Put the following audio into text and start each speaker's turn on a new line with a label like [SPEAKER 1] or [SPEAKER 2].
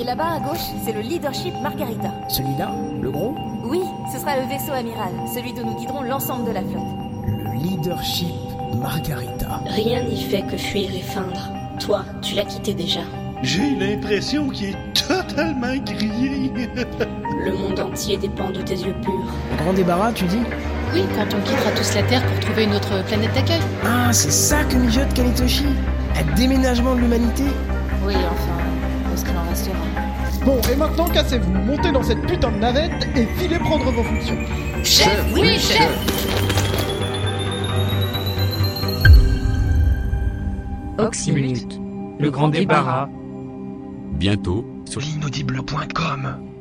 [SPEAKER 1] Et là-bas à gauche, c'est le leadership Margarita.
[SPEAKER 2] Celui-là Le gros
[SPEAKER 1] Oui, ce sera le vaisseau amiral, celui d'où nous guiderons l'ensemble de la flotte.
[SPEAKER 2] Le leadership Margarita.
[SPEAKER 3] Rien n'y fait que fuir et feindre. Toi, tu l'as quitté déjà.
[SPEAKER 4] J'ai l'impression qu'il est totalement grillé.
[SPEAKER 3] Le monde entier dépend de tes yeux purs.
[SPEAKER 2] Grand débarras, tu dis
[SPEAKER 5] Oui, quand on quittera tous la Terre pour trouver une autre planète d'accueil.
[SPEAKER 2] Ah, c'est ça que mijote Kanitoshi Un déménagement de l'humanité
[SPEAKER 6] Oui, enfin, ce qu'il en restera.
[SPEAKER 7] Bon, et maintenant, cassez-vous, montez dans cette putain de navette et filez prendre vos fonctions.
[SPEAKER 5] Chef, oui, chef
[SPEAKER 8] Oxymute. Le grand débarras.
[SPEAKER 9] Bientôt,
[SPEAKER 10] sur l'inaudible.com.